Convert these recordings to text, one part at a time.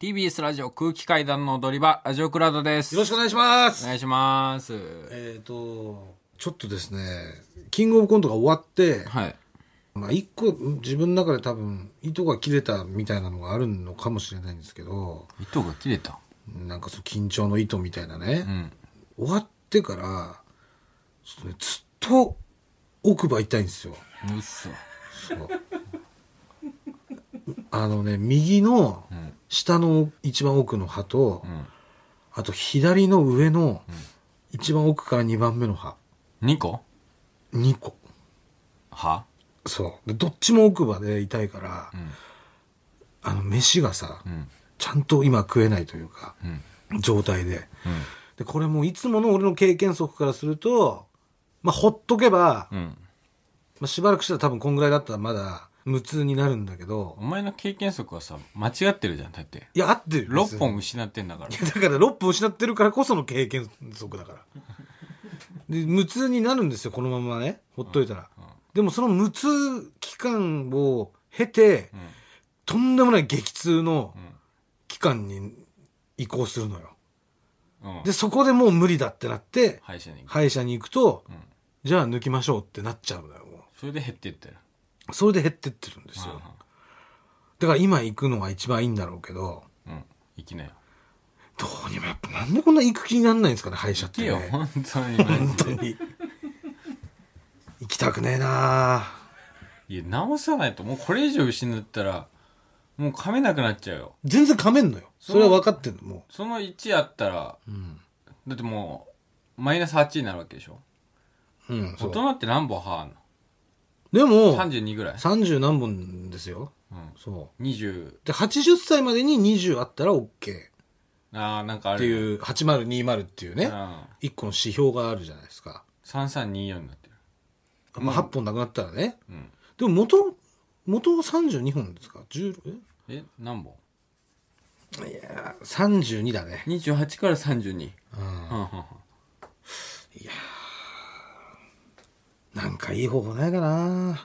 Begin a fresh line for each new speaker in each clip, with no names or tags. TBS ラジオ空気階段の踊り場、ラジオクラウドです。
よろしくお願いしま
お
す。
願いします。
えっ、と、ちょっとですね、キングオブコントが終わって、
はい。
まあ一個自分の中で多分糸が切れたみたいなのがあるのかもしれないんですけど、
糸が切れた。
なんかそう緊張の糸みたいなね、
うん。
終わってから、ちょっとね、ずっと奥歯痛いんですよ。
うっそ。
そうあのね、右の
ん
下の一番奥の歯と、
うん。
あと左の上の一番奥から2番目の歯、
2個
2個。
は
そう。でどっちも奥歯で痛いから、
うん。
あの、飯がさ、
うん。
ちゃんと今食えないというか、
うん。
状態で。
うん。
で、これもういつもの俺の経験則からすると、まあ、ほっとけば、
うん。
まあ、しばらくしたら多分こんぐらいだったらまだ無痛になるんだけど
お、前の経験則はさ、間違ってるじゃん。だって。
いや、合ってる。
6本失ってんだから
い。 やだから6分失ってるからこその経験則だから。で、無痛になるんですよ、このままね。ほっといたら。
うん
でもその無痛期間を経て、
うん。
とんでもない激痛の
うん
期間に移行するのよ。
うん。
で、そこでもう無理だってなって、
歯医者に行く。
歯医者に行くと、
うん。
じゃあ抜きましょうってなっちゃうのよ、も
それで減ってったよ。
う。それで減ってってるんですよ。だから今行くのが一番いいんだろうけど、
うんうん。行きなよ。
どうにもやっぱなんでこんな行く気になんないんですかね、歯医者っ
行け
て、
よ、
ね。
本当にマジ
本当
で。
に。行きたくねえない
や、直さないと、もうこれ以上失ったら、もう噛めなくなっちゃうよ。
全然噛めんのよ。それは分かってんの、も
その1あったら、
う。うん。
だってもう、マイナス8になるわけでしょ
うん、そ
大
う。
人って何本歯あんの
でも、
?32 ぐらい
30何本ですよ。
うん。
そ
20、
う。で、80歳までに20あったら OK っ
ああ、なんかある。
て
う
いう、8020っていうね、
ん。
一個の指標があるじゃないですか。
3324になってる。
まあ、8本なくなったらね。
うん。
でも元、元32本ですか ?16?
え、何本
いやー、32だね。
?28 から32。
うん
うん、うん、うん。
なんかいい方法ないかな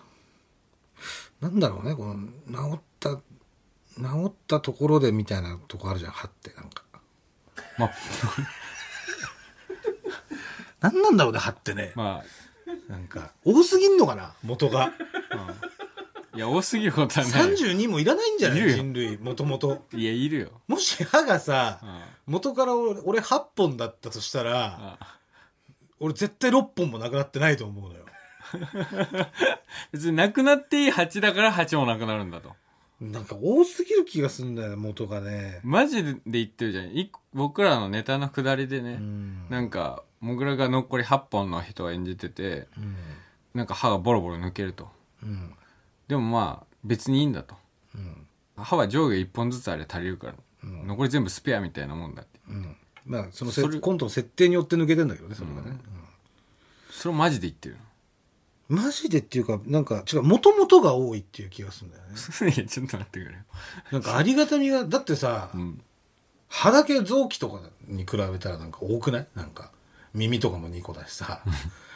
なんだろうねこの治った治ったところでみたいなとこあるじゃん歯ってなんか
まあ、
なんなんだろうね歯ってね、
ま
なんか多すぎんのかな元 が
あ、いや、多すぎることはない。
32もいらないんじゃないい
るよ
人類もともと
いや、いるよ。
もし歯がさ、
うん。
元から俺俺8本だったとしたら、
あ
俺絶対6本もなくなってないと思うのよ
別になくなっていい8だから8もなくなるんだと。
なんか多すぎる気がすんだよ元がね、
マジで言ってるじゃん。い僕らのネタの下りでね、
うん
なんか、モグラが残り8本の人を演じてて、
うん
なんか歯がボロボロ抜けると。
うん
でもまあ、別にいいんだと。
うん
歯は上下1本ずつあれ足りるから、
うん
残り全部スペアみたいなもんだって。
うんまあそのせ
それ
コントの設定によって抜けてんだけどねそれがね、
それをマジで言ってる
うんマジでっていうかなんか違うもともとが多いっていう気がするんだよね
の。いや、ちょっと待ってくれよ。
なんかありがたみがだってさ、
うん。
歯だけ臓器とかに比べたらなんか多くないなんか耳とかも2個だし さ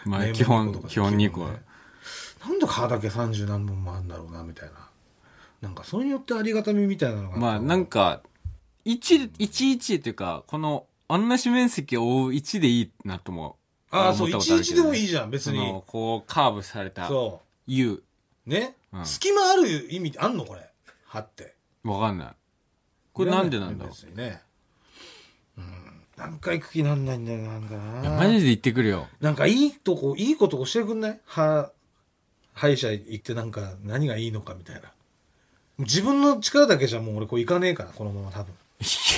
まあ、
目も
基本
二個と、か
基本2個。
ねなんで歯だけ30何本もあるんだろうなみたいななんかそれによってありがたみみたいなのが
まあ、なんか、1、11っていうか、この、同じ面積を覆う1でいいなとも
ああそ
思
う
っ
い
たこ
ち
とあ
い
るけど
ち
ね
でもいいじゃん別
そ
に
の、こう、カーブされた、
そ
U。
うね、
うん
隙間ある意味あんのこれ歯って
わかんない。これなんでなんだろう
別にね。うん。なんか行く気なんないんだよな、なんか
いや
な。
マジで言ってくるよ。
なんかいいとこ、いいこと教えてくんない歯、歯医者行ってなんか何がいいのかみたいな。自分の力だけじゃもう俺こう行かねえから、このまま多分。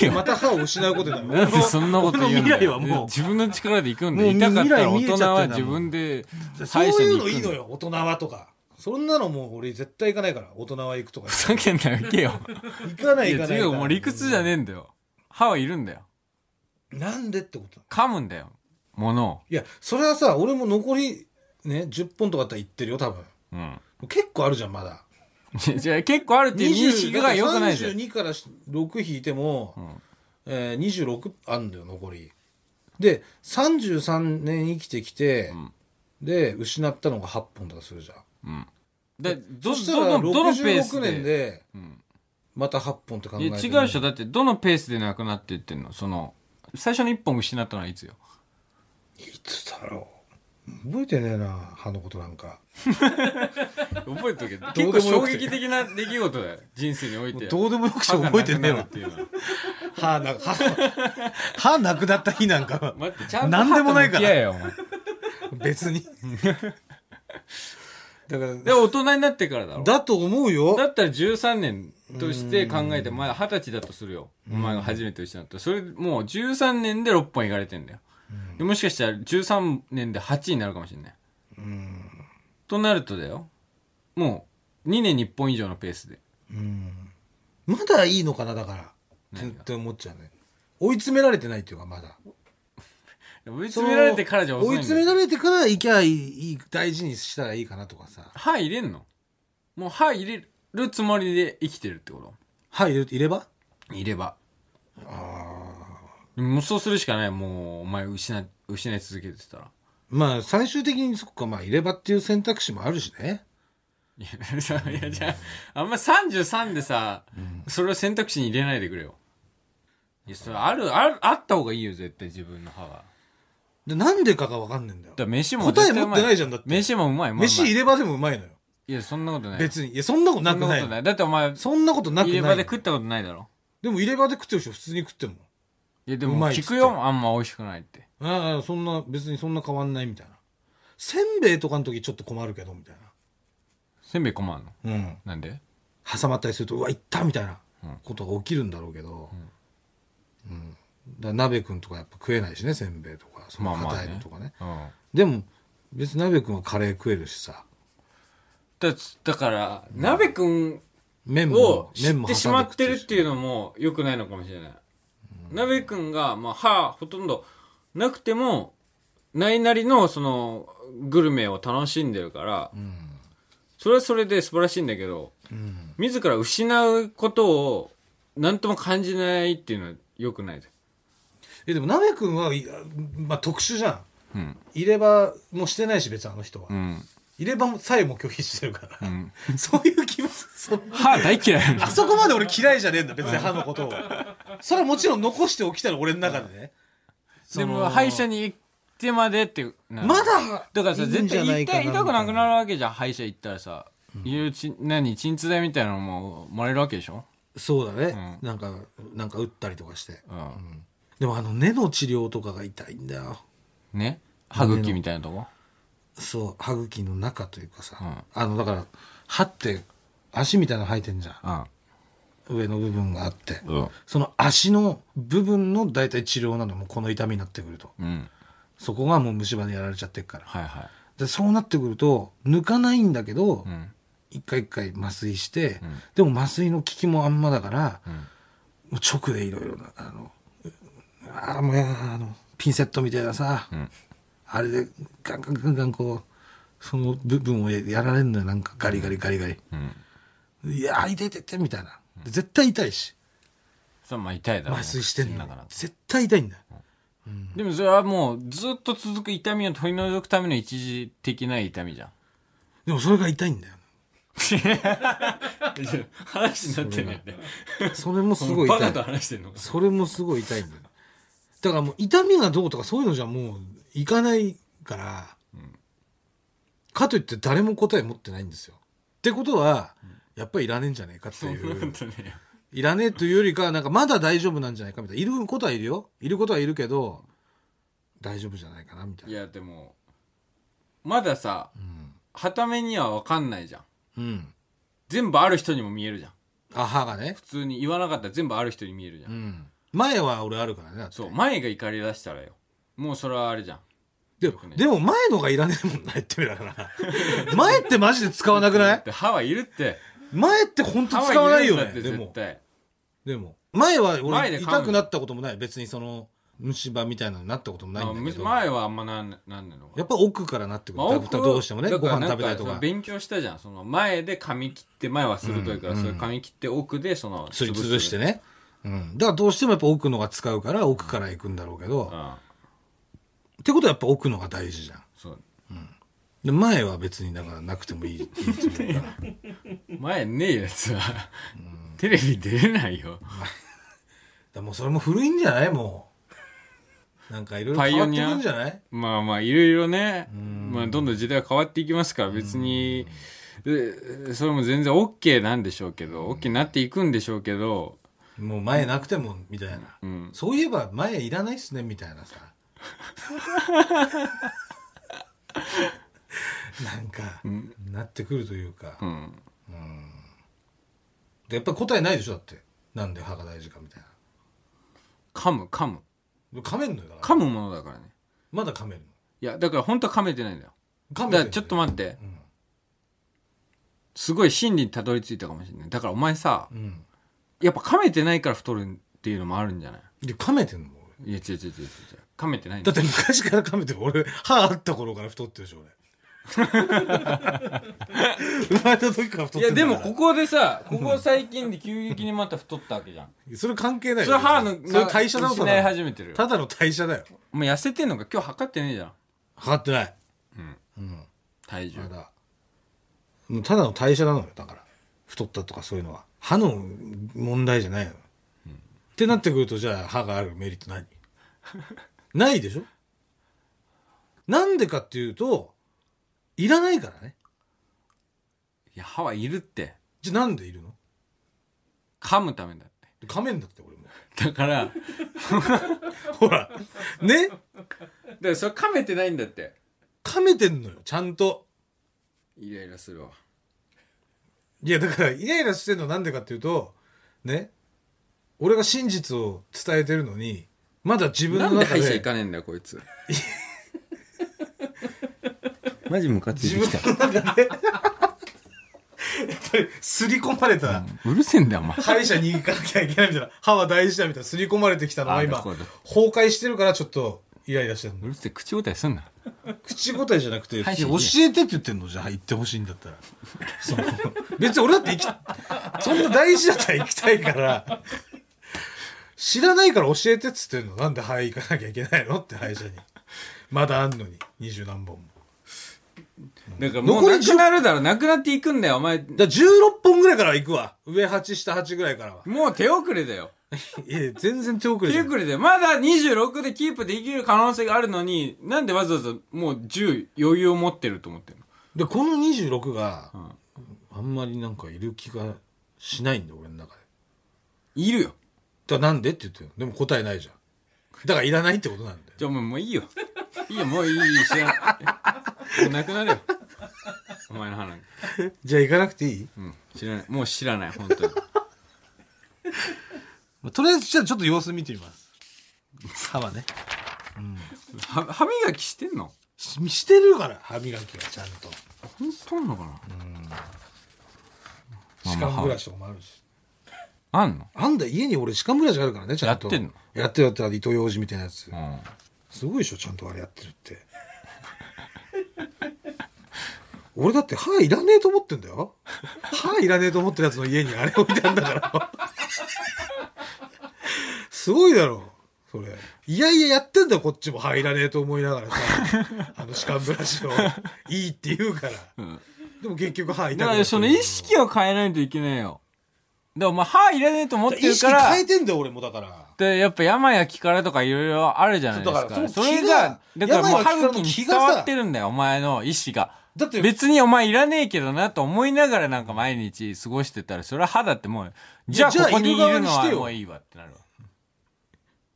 いや
また歯を失うことにな
な
る。
んでそんなこと言うんだよ。
俺の未来はもう
自分の力で行くんだ
も
よ。
う
痛かったら大
未来見えちゃってん
人
だもん
は自分で
そう
歯医者
い
に
う
行
の
くんだ
いいのよ、大人はとか。そんなのもう俺絶対行かないから、大人は行くとか
ふ。ざけんなよ、行けよ。
行かないい行
や、
かない
違
行
う、
かない。
もう理屈じゃねえんだよ。歯はいるんだよ。
なんでってこと
噛むんだよ。もの
いや、それはさ、俺も残りね、10本とかだったら行ってるよ、多分。
を。うん。
結構あるじゃん、まだ。
じゃあ結構あるっていう認識が良くないじゃん。
32から6引いても、
うん
えー、26あんだよ残りで33年生きてきて、
ん
で失ったのが8本とかするじゃん
うん。で、ど、
そしたら
どの、どのペース
66
で。
年で
うん。
また8本って考
い
え
や
て
違うでしょだってどのペースでなくなっていってんのその最初の1本失ったのはいつよ
いつだろう覚えてねえな歯のことなんか
覚えとけ結
どうで
構
もよ
衝
くて
撃的な出来事だよ人生において
どうでもよくて
歯が
覚えてね
なくな
え
る
わ
っていうのは
歯な歯歯なくなった日な んか
待ってちゃんと
なんでもないから
歯と向き合えよお前
別 にだから
で大人になってからだろだ
だと思うよ
ったら13年として考えてまだ二十歳だとするよお前が初めて失ったそれもう13年で6本いかれてんだよでもしかしたら13年で8になるかもしれない
うん
となるとだよもう2年に1本以上のペースで
うんまだいいのかなだからっ
何が
て思っちゃうね追い詰められてないっていうかまだ
追い詰められてからじゃ遅いん
追
だよ
い詰められてからいきゃいいいい大事にしたらいいかなとかさ
歯入れんのもう歯入れるつもりで生きてるってこ
歯入れ入れば
といれば
ああ
もうそうするしかないもうお前失い失い続けてたら
まあ最終的にそっかまあ入れ歯っていう選択肢もあるしね
いやそういやじゃああんま33でさ、それを選択肢に入れないでくれよいやそれあるあるあった方がいいよ絶対自分の歯はだか
でなんでかが分かんねえんだよ
ら飯も
答え
絶対う
持っ
ま
てないじゃんだって
飯もうまいうまいうまい
飯入れ歯でもうまいのよ
いやそんなことない
別にいやそんなことなく
そん
な
なこ
い
とないだってお前
そんなことなく
入
ない
れ歯で食ったことないだろ
でも入れ歯で食ってる人普通に食っても
いやで
う
も
まいっつ
聞
って
くよあんま美味しくないって
ああそんな別にそんな変わんないみたいなせんべいとかの時ちょっと困るけどみたい
せんべい困んの
なうん
なんで
挟まったりするとうわいったみたいな
うん
ことが起きるんだろうけどうん、だから鍋くんとかやっぱ食えないしねせんべいとかその
まあまあね
硬いのとかね,、
うん
でも別に鍋くんはカレー食えるしさ
だだから、鍋くんを
麺も
知ってしまってるっていう
う
のも良くないのかもしれない。鍋くんが、まあ、歯ほとんどなくても、ないなりの、その、グルメを楽しんでるから、
うん、
それはそれで素晴らしいんだけど、
うん、
自ら失うことを何とも感じないっていうのは良くないで。
えでも鍋くんはいやまあ、特殊じゃ
う
ん
ん。
入れ歯もしてないし別にあの人は、
うん。
入れ歯さえも拒否してるから、
うん。
そういう気もする
歯大嫌いな
あ
の。
そこまで俺嫌いじゃねえんだ別に歯のことを それはもちろん残しておきたいの俺の中でね
でも、歯医者
に
に行ってまでってなる。
まだ
だからさ、
いい
絶
んじゃ
対
ない
痛
かない
痛くなくなるわけじゃん、歯医者行ったらさ。いろいろち何、鎮痛剤みたいなのももらえるわけでしょ
そうだね、なんかなんか打ったりとかして
うん。
でもあの根の治療とかが痛いんだよ
ね歯茎みたいなとこ
そう歯茎の中というかさ、
うん
あのだから歯って足みたいなの生えてんじゃ
うん。
ん上の部分があって、
うん。
その足の部分の大体治療なのもうこの痛みになってくると
うん。
そこがもう虫歯でやられちゃってるから
はいはい。
でそうなってくると抜かないんだけど、
うん。
一回一回麻酔して、
うん
でも麻酔の効きもあんまだから、
うん。
もう直でいろいろなあのうあーもうやだあのピンセットみたいなさ、
うん。
あれでガンガンガンガンこうその部分をやられるのよなんかガリガリガリガリ、
うん。
いやー痛い痛い痛いみたいなで絶対痛いし
そう、まあ痛いだろうね
麻酔してん
口
の
中だと
絶対痛いんだよ、
でもそれはもうずっと続く痛みを取り除くための一時的な痛みじゃん。
でもそれが痛いんだよ
話になってないんだよ。
それもすごい
バ
痛
カ
い
と話してんのか。
それもすごい痛いんだよだからもう痛みがどうとかそういうのじゃもういかないから、かといって誰も答え持ってないんですよってことは、やっぱりいらねえんじゃねえかって
そんなこ
いう
とね。
いらねえというよりかはなんかまだ大丈夫なんじゃないかみたいないることはいるよいることはいるけど大丈夫じゃないかなみたい
い
な
や、でも、まださ、はためにはわかんないじゃん。
うん、うん、
全部ある人にも見えるじゃん。
あ歯がね
普、通に言わなかったら全部ある人に見えるじゃ。
うんん、前は俺あるからねだって
そう、前が怒り出したらよ。もうそれはあれじゃん。
でもでも前のがいらねえもんな言ってみたら前ってマジで使わなくない
で歯はいるって。
前って本当使わないよ
歯
ね
はいるんだ
で
って絶
も
対。
でも前は
前
俺
で噛む
痛くなったこともない別にその虫歯みたいなのになったこともない
あ
んだけど
前はあんまなんなんねんのか
やっぱ奥からなってくる、
奥
だどうしてもね
だ
ご
から
飯
なん
食べたいと
そ
か
の勉強したじゃん。その前で噛み切って、前は鋭いから、
うん
それ噛み切って奥でその、
すり潰して
ね。
ね、うん、だからどうしてもやっぱ奥のが使うから奥から行くんだろうけど、
う
っ
ん。
てことはやっぱ奥のが大事じゃん
そう。
で 前は別にだからなくてもいいいいっていうか
前ねえやつは、テレビ出れないよ。
らもうそれも古いんじゃないもう。なんかいろいろ
パ
変
イ
わ
オ
っ
ニ
て
ア
くんじゃない
まあまあ、いろいろね、
ん
まあ、どんどん時代は変わっていきますから、別に、えそれも全然 OK なんでしょうけど、OK になっていくんでしょうけど、
もう前なくても、みたいな。
うん。
そういえば前いらないっすね、みたいな さ。なんか、
うん
なってくるというか。
うん。
でやっぱり答えないでしょ、だって。なんで歯が大事かみたい
噛む、噛む。
な。噛めんのよ、だか
噛
ら。
むものだからね。
まだ噛めるの。
いや、だから本当は噛めてないんだよ。
噛め
だか
てる
らちょっと待って、
うん
すごい真理にたどり着いたかもしれない。だからお前さ、
うん。
やっぱ噛めてないから太るっていうのもあるんじゃない
で、噛めてんの俺
いや、違う違う違う違う。噛めてないん
だ
だ
って昔から噛めてる俺歯あった頃から太ってるでしょ 俺生まれた時から太
い
って
や、
る
でもここでさ、ここ最近で急激にまた太ったわけじゃん。
それ関係ない
それ歯の、
それ代謝だろ
失
た
い
だの
始めてるよ。
ただの代謝だよ
お前痩せてんのか今日測ってねえじゃん。
測ってない
うん。
うん
体重
ま。だもうただの代謝なのよだから太ったとかそういうのは歯の問題じゃないの、ってなってくるとじゃあ歯があるメリット何 ないでしょなんでかっていうといらないからね
いや、歯はいるって。
じゃあなんでいるの
噛むためだっ
噛めんだって俺も
て。だ から、
ほらね
だからそれ噛めてないんだって。
噛めてんのよちゃんと
イライラするわ。
いやだからイライラしてんのなんでかっていうとね俺が真実を伝えてるのにまだ自分
な
の
んで
中
歯
で
医者行かねえんだよ、こいつ。 マジムカついてきた。
刷り込まれた
うるせえんだよ、お前。
歯医者に行かなきゃいけないみたいな歯は大事だみたいな刷り込まれてきたのが
あ
今
なるほど
崩壊してるからちょっとイライラしてる
う
の
るせえ、口答えすんな。
口答えじゃなくて
歯医者
教
行け
えてって言ってんのじゃあ言ってほしいんだったら その別に俺だって行きそんな大事だったら行きたいから知らないから教えてっつってんのなんで歯医行かなきゃいけないのって歯医者にまだあんのに二十何本も
だからも
残
う
り
な
10
くなるだろ、なくなっていくんだよ、お前。
だから16本ぐらいから行くわ上8下8ぐらいからは
もう手遅れだよ。
いや全然手遅れじ
手
ゃない
遅れだよ。まだ26でキープできる可能性があるのに、なんでわざわざもう10余裕を持ってると思ってるの
でこの26が、
ん
あんまりなんかいる気がしないんだ俺の中で
いるよ。
だからなんでって言ってるでも答えないじゃんだからいらないってことなんだよ
じゃあもうもういいよ。いいよ、もういいしよう。もうなくなるよ。お前の花。
じゃあ行かなくていい、
うん。知らない。もう知らない、本当に。
まあとりあえずじゃあちょっと様子見てみます歯はね
は歯磨きしてんの
ししてるから歯磨きはちゃんと
本当あんのかな
歯間ブラシとかもあるし
あんの
あんだ家に俺歯間ブラシあるからねちゃんと
やってんの
やってるやってる糸ようじみたいなやつ、
うん。
すごいでしょちゃんとあれやってるって 俺だって歯いらねえと思ってんだよ歯いらねえと思ってるやつの家にあれ置いたんだからすごいだろそれいやいややってんだよこっちも歯いらねえと思いながらさあの歯間ブラシをいいって言うから、
ん
でも結局歯痛く
だ
な
から
って
その意識を変えないといけないよ。だからお前歯いらねえと思って
意
るか
識
ら。
変えてんだよ俺もだから
で、やっぱ病や気からとかいろいろあるじゃないです
そうだから
か。
そ
そ
の気
れ
が
が、だからもう
病や気から
歯
の
茎に
気が
伝
さ
わってるんだよ、お前の意思が。
だって
別にお前いらねえけどなと思いながらなんか毎日過ごしてたら、それは歯だってもう、じゃあ
じゃあ
ここにいるのは
いる側にしてよ
もういいわってなるわ。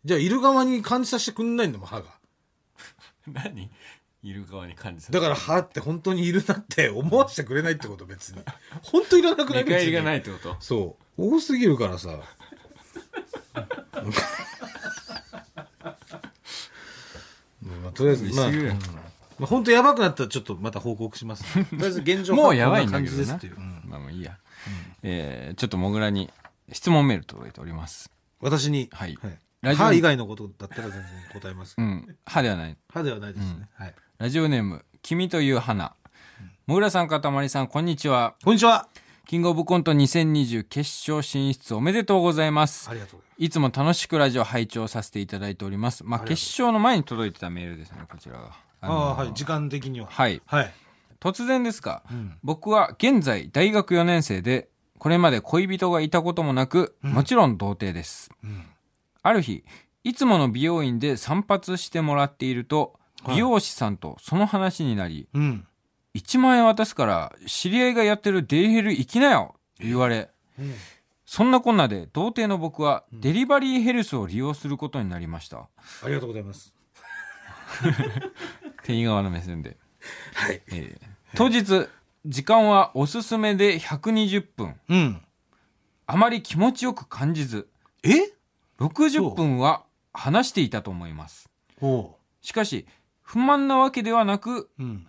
じゃあいる側に感じさせてくんないんだもん歯が
何 いる側に感じさせ
だ
る
から歯って本当にいるなって思わせてくれないってこと別に本当いらなくない
見返りがないいってこと
そう多すぎるからさうんまあとりあえずま
見過
あ、う
ぎ
ん
る
まあ、本当やばくなったらちょっとまた報告します、とりあえず現状
もうやばいんだけ
こ
ど
な
な。
感じですっていううん
まあまあいいや。えーちょっともぐらに質問メール届いております。
私に、
はい
は
ラ
い、
ジオ
歯以外のことだったら全然答えます、
うん。歯ではない。
歯ではないですね、はい、
ラジオネーム、君という花。もぐらさん、かたまりさん、こんにちは。
こんにちは
キングオブコント2020決勝進出おめでとうございます
あ。りがとうござい
いつも楽しくラジオ拝聴させていただいております。まあ、
ありがとう
決勝の前に届いてたメールですね、こちらが。あ
ますあ
の
あーはい時間的には
はい。
はい、
突然ですが、
うん
僕は現在大学4年生で、これまで恋人がいたこともなく、もちろん童貞です。
うん
ある日、いつもの美容院で散髪してもらっていると、
はい
美容師さんとその話になり、
うん
1万円渡すから、知り合いがやってるデリヘル行きなよと言われ、
うん
そんなこんなで童貞の僕はデリバリーヘルスを利用することになりました。
ありがとうございます
店員側の目線で。
はい
えー当日、時間はおすすめで120分。
うん
あまり気持ちよく感じず、
え
60分は話していたと思います。
ほ
しかし、不満なわけではなく、
ううん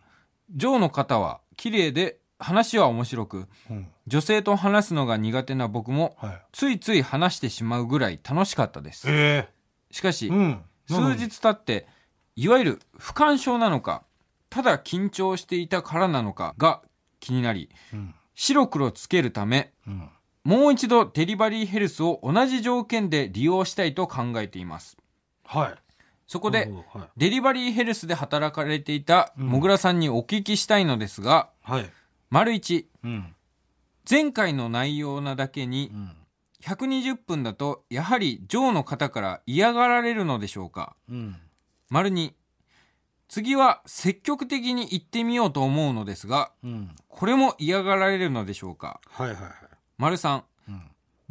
ジョーの方は綺麗で話は面白く、
うん
女性と話すのが苦手な僕も、
はい
ついつい話してしまうぐらい楽しかったです。
え
しかし、
うん
数日経って、いわゆる不干渉なのか、ただ緊張していたからなのかが気になり、
うん
白黒つけるため、
うん
もう一度デリバリーヘルスを同じ条件で利用したいと考えています。
はい
そ
こ
こで、
はい
デリバリーヘルスで働かれていた
うん
もぐらさんにお聞きしたいのですが、
はい
丸1、
うん
前回の内容なだけに
う、ん
120分だとやはり上の方から嫌がられるのでしょうか
うん
丸2、次は積極的に行ってみようと思うのですが、
うん
これも嫌がられるのでしょうか
はいはいはい
丸3、
うん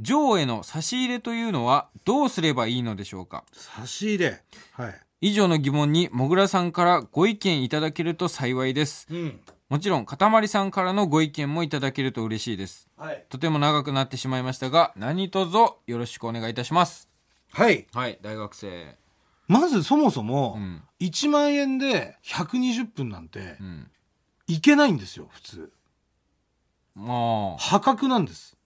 上への差し入れというのはどうすればいいのでしょうか
差し入れはい
以上の疑問にもぐらさんからご意見いただけると幸いです
うん
もちろんかたまりさんからのご意見もいただけると嬉しいです
はい
とても長くなってしまいましたが何卒よろしくお願いいたします
はい
はい大学生
まずそもそも
うん
1万円で120分なんて
うん
いけないんですよ普通
ま
破格なんです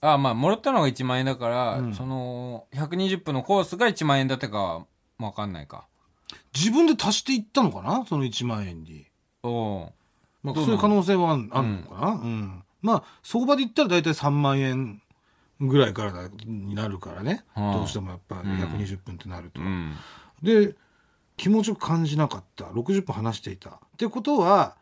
ああまあもらったのが1万円だから、
うん
その120分のコースが1万円だったかは分かんないか
自分で足していったのかなその1万円に、
おお
まあ、
どう
そ
な
ういう
の
可能性はあんあんのかな、うんまあ相場で言ったら大体3万円ぐらいからだになるからね、
はい
どうしてもやっぱ120分ってなると、
うん
で気持ちよく感じなかった60分話していたってことは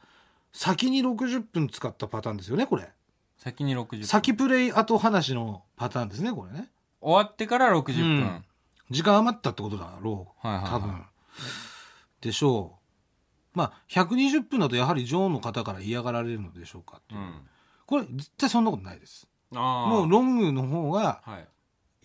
先に60分使ったパターンですよねこれ
先に60分
先プレイ後話のパターンですねこれね
終わってから60分、
うん時間余ったってことだろう、
はいはいはい
多分でしょうまあ120分だとやはり女王の方から嫌がられるのでしょうかっていう、
ん
これ絶対そんなことないです
ああ
もうロングの方が
は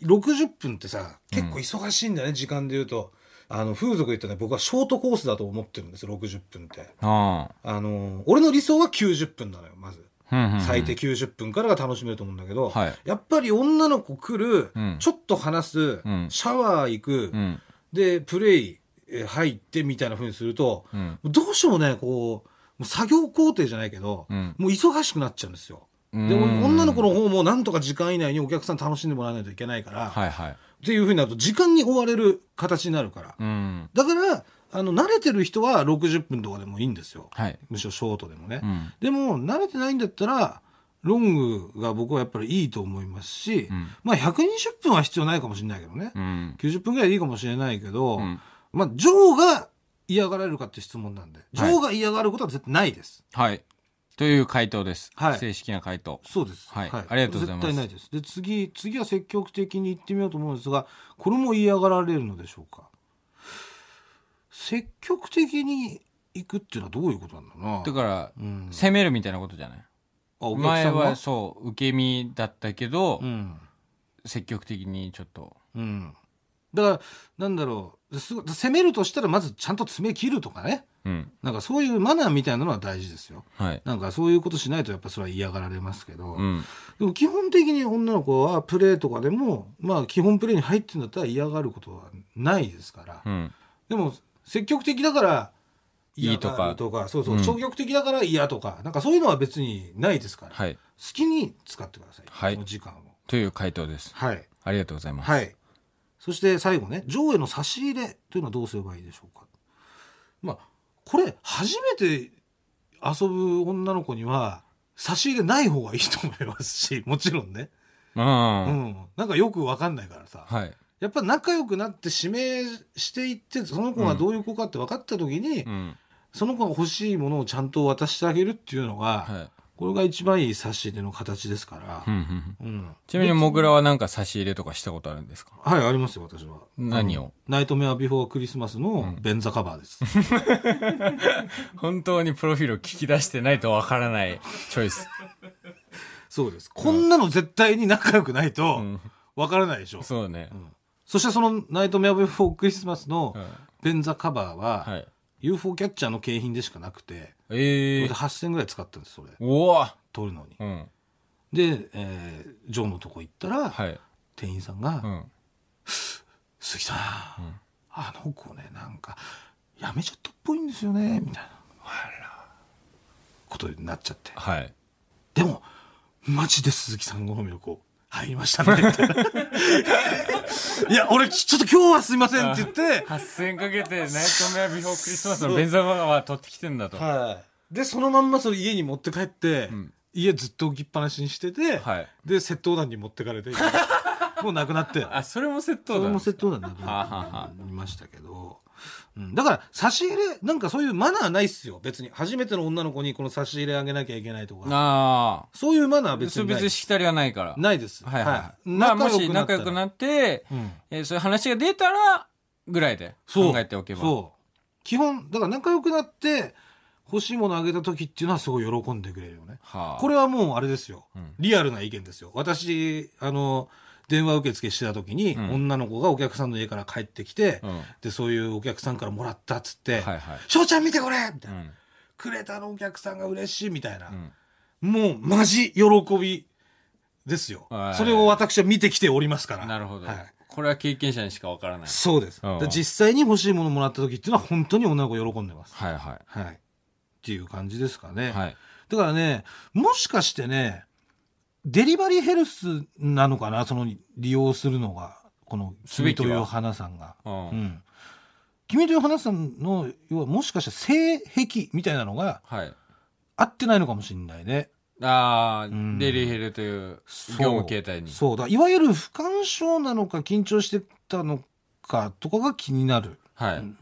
い
60分ってさ
うん
結構忙しいんだよね、時間で言うとあの風俗で言ったら僕はショートコースだと思ってるんです60分って
ああ
あの俺の理想は90分なのよまず
うんうんうん
最低90分からが楽しめると思うんだけど、
はい
やっぱり女の子来る、
うん
ちょっと話す、
ん
シャワー行く、
うん
で、プレイえー入ってみたいな風にすると、
うん
どうしてもね、こう、もう作業工程じゃないけど、
うん
もう忙しくなっちゃうんですよ。
うん
で、女の子の方もなんとか時間以内にお客さん楽しんでもらわないといけないから、
はいはい
っていう風になると時間に追われる形になるから。
うん
だから、あの、慣れてる人は60分とかでもいいんですよ。
はい
むしろショートでもね。
うん
でも、慣れてないんだったら、ロングが僕はやっぱりいいと思いますし、
うん
まあ120分は必要ないかもしれないけどね。
うん
90分ぐらいでいいかもしれないけど、
うん
まあ、ジョーが嫌がられるかって質問なんで、ジ
はい
ョーが嫌がることは絶対ないです。
はいという回答です
はい
正式な回答
そうです。
はいありがとうございます
絶対ないです。で、次、次は積極的に行ってみようと思うんですが、これも嫌がられるのでしょうか。積極的に行くっていうのはどういうことなんだろうな。
だから
うん、
攻めるみたいなことじゃない
あお客
前
さん
はそう受け身だったけど
うん。
積極的にちょっと
うん。だから、なんだろう、すご攻めるとしたら、まずちゃんと詰め切るとかね。
うん
なんかそういうマナーみたいなのは大事ですよ。
はい
なんかそういうことしないとやっぱそれは嫌がられますけど、
うん
でも基本的に女の子はプレーとかでも、まあ基本プレーに入ってるんだったら嫌がることはないですから。
うん
でも積極的だから
いいとか
嫌がるとか、そうそ
う
う、
ん
消極的だから嫌とか、なんかそういうのは別にないですから。好
はい
きに使ってください。
はい
その時間を。
という回答です
はい。
ありがとうございます
はい。そして最後ね、上への差し入れというのはどうすればいいでしょうか。まあ、これ、初めて遊ぶ女の子には、差し入れない方がいいと思いますし、もちろんね。
う
うんん。なんかよくわかんないからさ。
はい
やっぱ仲良くなって指名していって、その子がどういう子かって分かった時に、
うん
その子が欲しいものをちゃんと渡してあげるっていうのが、
はい
これが一番いい差し入れの形ですから、
うんうんうん
うん
ちなみにモグラはなんか差し入れとかしたことあるんですか
はいありますよ私は
何を
ナイトメアビフォークリスマスの便座カバーです、
本当にプロフィールを聞き出してないとわからない チョイス。
そうですこんなの絶対に仲良くないと
ん
わからないでしょ、
そうね。
そしてそのナイトメアビフォークリスマスの
うん
便座カバーは、
はい。
UFO キャッチャーの景品でしかなくてこ
え
れ
え
で8000ぐらい使ったんですそれ
おお
取るのに
うん。
で、えージョーのとこ行ったら、
はい。
店員さんが「
うん。
杉さん、あの子ねなんかやめちゃったっぽいんですよね」みたいなことになっちゃって
はい。
でもマジで鈴木さん好みの子入りましたねみたいな いや俺ちょっと今日はすいませんって言って
8000かけてナイトメアビフォークリスマスのベンザバーは取ってきてんだと。は
はいでそのまんまそれ家に持って帰って、
ん
家ずっと置きっぱなしにしてて、
い。
で窃盗団に持ってか れてもうなくなって
あ、それも窃
そ
盗
れ
だ。
も窃盗団なく
はあはあ
な
は
りましたけど、うん、だから差し入れなんかそういうマナーないっすよ別に初めての女の子にこの差し入れあげなきゃいけないとか
ああ。
そういうマナーは別
別
に
に
ない
別にしきたりはないから。
ないです
はいはい。まあ、
仲
も
良
し
くな
仲
った
良く
ら
なって、
うん
えーそういう話が出たら、ぐらいで
そう
考えておけば。
そう基本だから仲良くなって欲しいものあげた時っていうのはすごい喜んでくれるよね
はあ。
これはもうあれですよ、
うん
リアルな意見ですよ私あの電話受付してた時に、
うん
女の子がお客さんの家から帰ってきて、
うん。は
でそういうお客さんからもらったっつって
いはい。
「翔、ちゃん見てこれ!」みた
う
いな、
ん。
くれたのお客さんが嬉しい」みたいな
う、ん。
もうマジ喜びですよ、
はい
それを私は見てきておりますから
なるほど、
はい、
これは経験者にしかわからない
そうです、
うん
で実際に欲しいものもらった時っていうのは本当に女の子喜んでます
はいは
はいっていう感じですかね、
いはい
だからねもしかしてねデリバリーヘルスなのかなその利用するのがこの「
すべ
君
き
と
は
いう花さんが」
うん、
うん君という花さんの要はもしかしたら性癖みたいなのが
はい
合ってないのかもしれないね
ああ、
うん
デリヘルという
そう
業務形態に
そうだいわゆる不干渉なのか緊張してたのかとかが気になる
はい、
う
うん
ん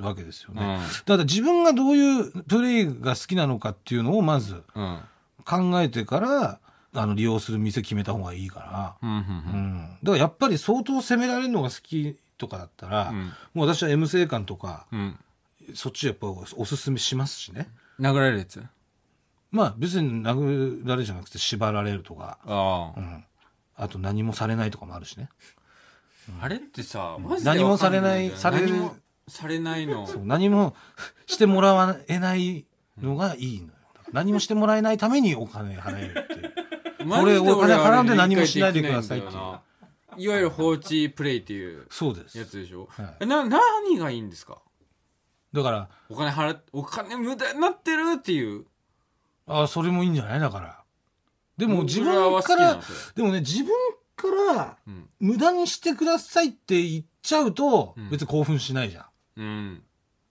わけですよね、ただ自分がどういうプレイが好きなのかっていうのをまず
うん
考えてからあの利用する店決めた方がいいか
うんうん
ら、うん、だからやっぱり相当責められるのが好きとかだったら、
うん
もう私は M 性感とか
うんうん
そっちやっぱおすすめしますしね
殴られるやつ
まあ別に殴られるじゃなくて縛られるとか、
ああ、
うん、あと何もされないとかもあるしね
あれってさ
ん
マジで
何もされない
わかんんだよ
される
何もされないの
そう何も してもらわえないのがいいのよだから何もしてもらえないためにお金払えるって いう。
マジで俺
これお金払うんで
あれ
何もしないで
理解きん
くだ
だよ
さ
ないわゆる放置プレイっていう
そうです
やつでしょ、
は
な何がいいんですか
だから、
お金払っお金無駄になってるっていう
ああ、それもいいんじゃないだから。で
で
も自分から、でもね、自分から
うん
無駄にしてくださいって言っちゃうと
うん、
別に興奮しないじゃん。
うん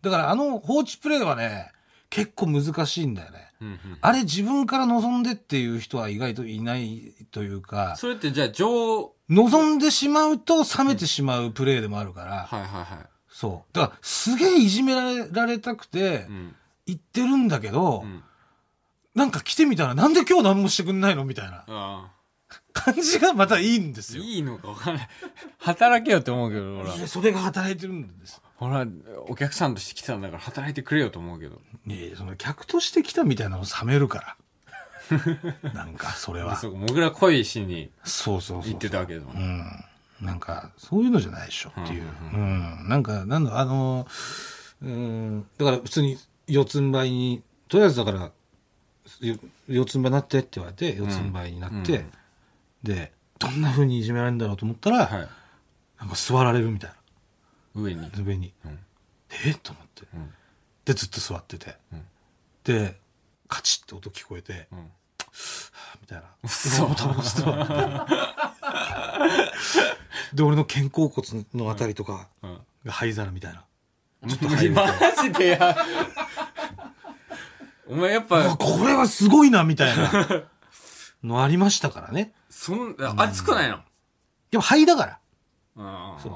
だからあの放置プレイはね、結構難しいんだよね。
うんうん
あれ自分から望んでっていう人は意外といないというか、
それってじゃあ情
望んでしまうと冷めてしまうプレイでもあるから、
はいはいは
そう。だからすげえいじめられられたくて
い、うん
行ってるんだけど、
うん
なんか来てみたらなんで今日何もしてくんないのみたいな
あ
感じがまたいいんで
あ
すよ。
いいのか分かんない働けよって思うけどほら
いや、それが働いてるんです。
ほらお客さんとして来たんだから働いてくれよと思うけど
いやその客として来たみたいなの冷め るから。なんか、それは。そ
そうかもぐら恋しに
うそうそう。
行ってたわけだもん
うん。なんか、そういうのじゃないでしょっていう。
う
うん。なんか、なんだ、あの、うん。だから、普通に四つん這いに、とりあえずだから、よ四つん這いになってって言われて、四つん這いになって、
うん
で、どんな風にいじめられるんだろうと思ったら、
はい
なんか座られるみたいな。
上に
上に、
うん
えっと思って、
うん
でずっと座ってて、
うん
でカチッって音聞こえて、
うん
みたいな
嘘
もうタバコ吸ってたで俺の肩甲骨のあたりとか
うん
が灰皿みたいな、
マ
と入る
ジで やお前やっ
う
ぱ
わこれはすごいなみたいな のありましたからね
そん熱くないの
でも灰だから
うん
そう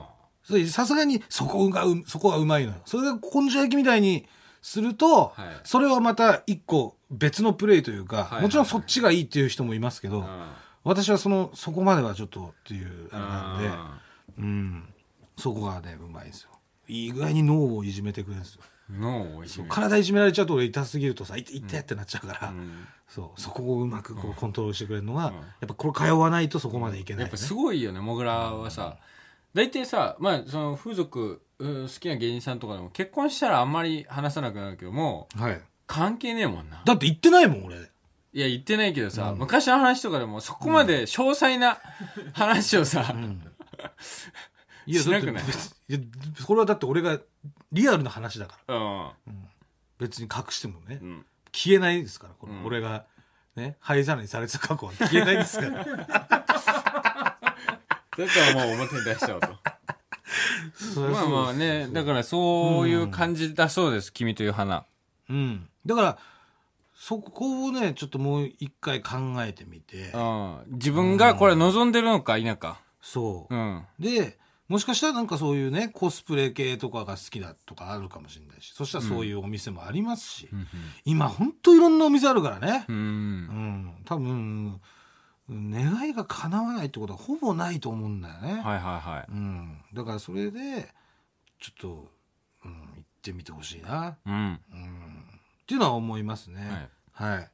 それさすがにそこがうそこがうまいのよそれがここんじゃ焼きみたいにすると、
はい
それはまた一個別のプレイというか、
はい
もちろんそっちがいいっていう人もいますけど、
うん
私はそのそこまではちょっとっていうあれなんで、
あ
うん、そこがねうまいんですよいい具合に脳をいじめてくれるんですよ
ー脳をいじ
そう
める
体いじめられちゃうと俺痛すぎるとさ「痛い痛い」ってなっちゃうから、
うん
そうそこをうまくこうコントロールしてくれるのが、
うん
やっぱこれ通わないとそこまでいけない、ね
やっぱすごいよねモグラはさ大体さまあその風俗うん好きな芸人さんとかでも結婚したらあんまり話さなくなるけどもう
はい、
関係ねえもんな
だって言ってないもん俺
いや言ってないけどさ
うん
昔の話とかでもそこまで詳細な話をさ
いや
し
だ
な
っ
く
て
ない
別いやそれはだって俺がリアルな話だから
うん
別に隠してもね
うん
消えないですからこれ、
うん
俺がね灰皿にされてた過去は消えないですから
だったらもう表に出しちゃおう と
そりゃ
まあ
そう
まあねだからそういう感じだそうです君という花
うんだからそこをねちょっともう一回考えてみて
うん自分がこれ望んでるのか否か
そう
う、ん
でもしかしたらなんかそういうねコスプレ系とかが好きだとかあるかもしれないしそしたらそういうお店もありますし、今ほんといろんなお店あるからね
う、
うん
ん
多分願いが叶わないってことはほぼないと思うんだよね、
はいはいはい
うん、だからそれでちょっと、うん、行ってみてほしいな、
うん
うん、っていうのは思いますね
は
はい、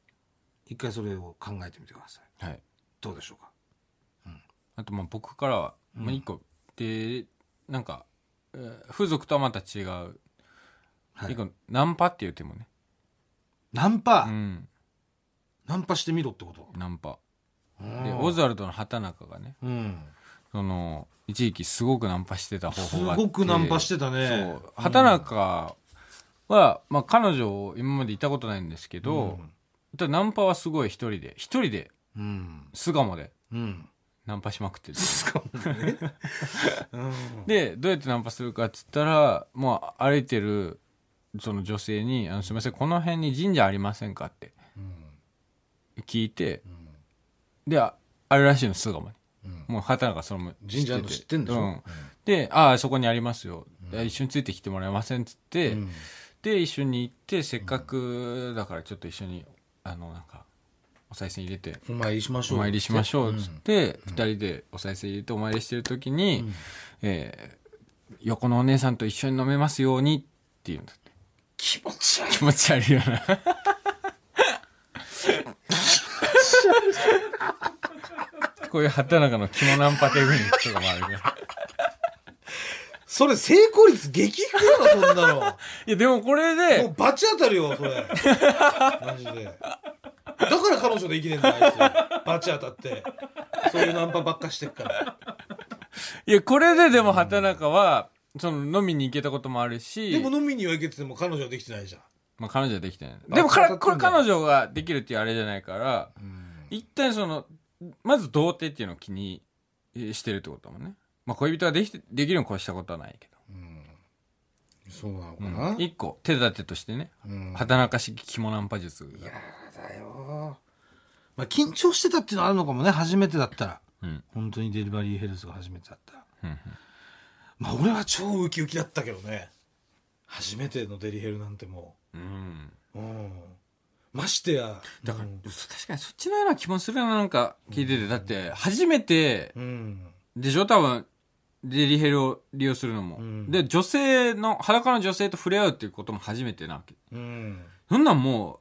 一回それを考えてみてください
いはい
どうでしょうか
あとまあ僕からは、
うん
まあ、一個でなんか、えー風俗とはまた違う、
はい
一個ナンパっていう手もね、
ナンパ、
うん、
ナンパしてみろってこと、
ナンパ
うん
でオズワルドの畑中がね
うん
その一時期すごくナンパしてた方
す
法があって
ごくナンパしてたね
そう畑中は、まあ、彼女を今までいたことないんですけど、ただナンパはすごい一人で一人で
うんうん
巣鴨で
うん
ナンパしまくってて
しかもね、うん、
でどうやってナンパするかっつったらもう歩いてるその女性に「あのすみませんこの辺に神社ありませんか?」って
うん
聞いて
うん
でああるらしいの巣鴨に
うん
もう畑中それも
神社の知ってんでしょ、
う
うん
ん、で「ああそこにありますよ、
うん
一緒についてきてもらえません」っつって、
うん
で一緒に行ってせっかくだからちょっと一緒にあのなんかお賽銭入れて
お参りしましょ
お
う
参りしましょうっつっ
ん
て、二人でお賽銭入れてお参りしてる時に、
うん
えー横のお姉さんと一緒に飲めますように」って言うんだって
気持ち悪い
気持ち悪いよ なこういう畑中の肝ナンパテクニックとかもあるから
それ成功率激低だろそんなのも
いやでもこれ
う
で
バチ当たるよそれマジでだから彼女で生きねえんだあいつバチ当たってそういうナンパばっかしてっから
いやこれででも畑中はその飲みに行けたこともあるし
でも飲みには行けてても彼女はできてないじゃん
まあ、彼女はできてない
あ
でもか
そうだっ
らこ
た
れ
んだ
彼女ができるっていうあれじゃないから一旦そのまず童貞っていうのを気にしてるってことだもんね、まあ、恋人はできてできるに越したことはないけど
そうなのか
うん一個手立てとしてね
うん
畑中式肝ナンパ術
いや
が、
ーだよーまあ緊張してたっていうのはあるのかもね初めてだったら
うん
本当にデリバリーヘルスが初めてだったら
うんうん
まあ俺は超ウキウキだったけどね初めてのデリヘルなんても
うん、
う、うん、ましてや
だから、
うん
そ確かにそっちのような気もするななんか聞いててだって初めて
うん
でしょ多分デリヘルを利用するのも、
うん
で女性の裸の女性と触れ合うっていうことも初めてなわけ
うん、
そんなんも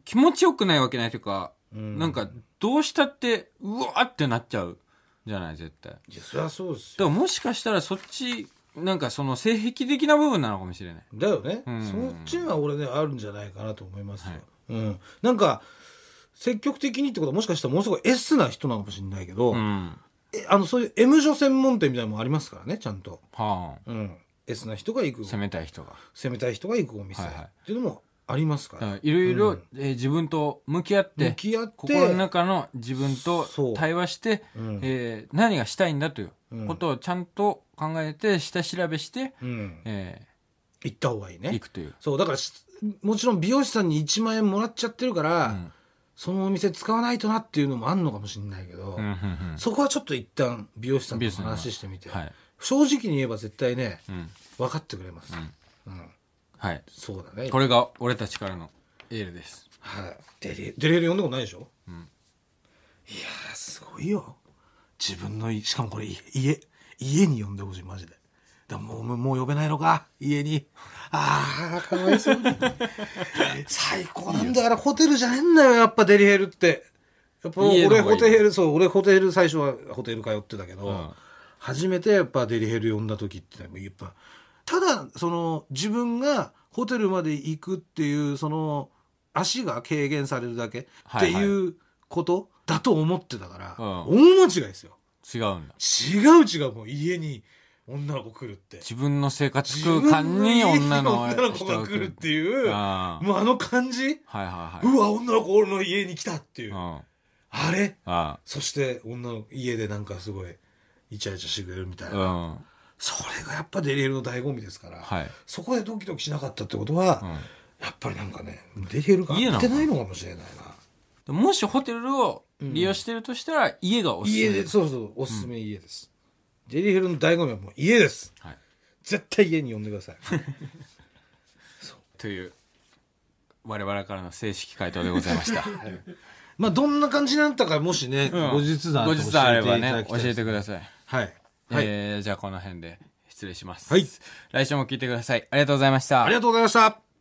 う、気持ちよくないわけないというか、
うん
なんか、どうしたって、うわーってなっちゃうじゃない、絶対。だか
いやそりゃそうです
ら
よ
もしかしたらそっち、なんかその性癖的な部分なのかもしれない。
だよね、
うん
そっちは俺ねあるんじゃないかなと思いますよ、
はい
うん、なんか積極的にってことはもしかしたらものすごい S な人なのかもしれないけど、
うん。は
えあのそういう M 女専門店みたいなのもありますからねちゃんと、
あ。
うん、S な人が行く
攻めたい人が。
攻めたい人が行くお店、
はいはい
っていうのもありますか
だ
ら、
からいろいろ
うん、
えー自分と向き合って、
向き合って
心の中の自分と
そう
対話して、
うん
えー何がしたいんだということをちゃんと考えて、下調べして、
うん、
え
行った方がいい
ー
ね
行くという。
そうだからしもちろん美容師さんに1万円もらっちゃってるから、
うん
そのお店使わないとなっていうのもあんのかもしれないけど、
うんうんうん
そこはちょっと一旦美容師さん
美容
と
師さんに
話してみて、
はい。
正直に言えば絶対ね
うん。
分かってくれます、
うん
うん
はい。
そうだね
これが俺たちからのエールです。
はい、デレデレレ読んだことないでしょ、
ん
いやーすごいよ自分のいしかもこれい家家に呼んでほしいマジでだもうもうもう呼べないのか家にああかわいそう に最高なんだからホテルじゃねえんだよやっぱデリヘルってやっぱ
家の
俺
方がい
ホ
い
テヘルそう俺ホテヘル最初はホテル通ってたけど、
うん
初めてやっぱデリヘル呼んだ時ってのはやっぱただその自分がホテルまで行くっていうその足が軽減されるだけっ
は
て
いはい
いうことだと思ってたから、
う
大間違いですよ
違うんだ。
違う違うもう家に女の子来るって
自分の生活空間に女の
自分の家に女の子が来るっていう
ああ
もうあの感じ
はいはいは
うわ女の子俺の家に来たってい
い。う
う
ん。
あ
あ
れ
あ。
そして女の家でなんかすごいイチャイチャしてくれるみたいな、
うん。
それがやっぱデリヘルの醍醐味ですから、
はい。
そこでドキドキしなかったってことは、
うん
やっぱりなんかねデリヘルが合ってないのかもしれないな
でもしホテルを利用してるとしたら、家がおすすめ
家でそうそうおすすめ家です、デリヘルの醍醐味はもう家です
はい。
絶対家に呼んでく ださい
という、我々からの正式回答でございました。
まあどんな感じになったかもしね、
うん
後日談
後日談あれば
教えていただ
ね
き、
教
たいで
え
す
てください。
はい、はい
えーじゃあこの辺で失礼します。
はい
来週も聞いてください。ありがとうございました。
ありがとうございました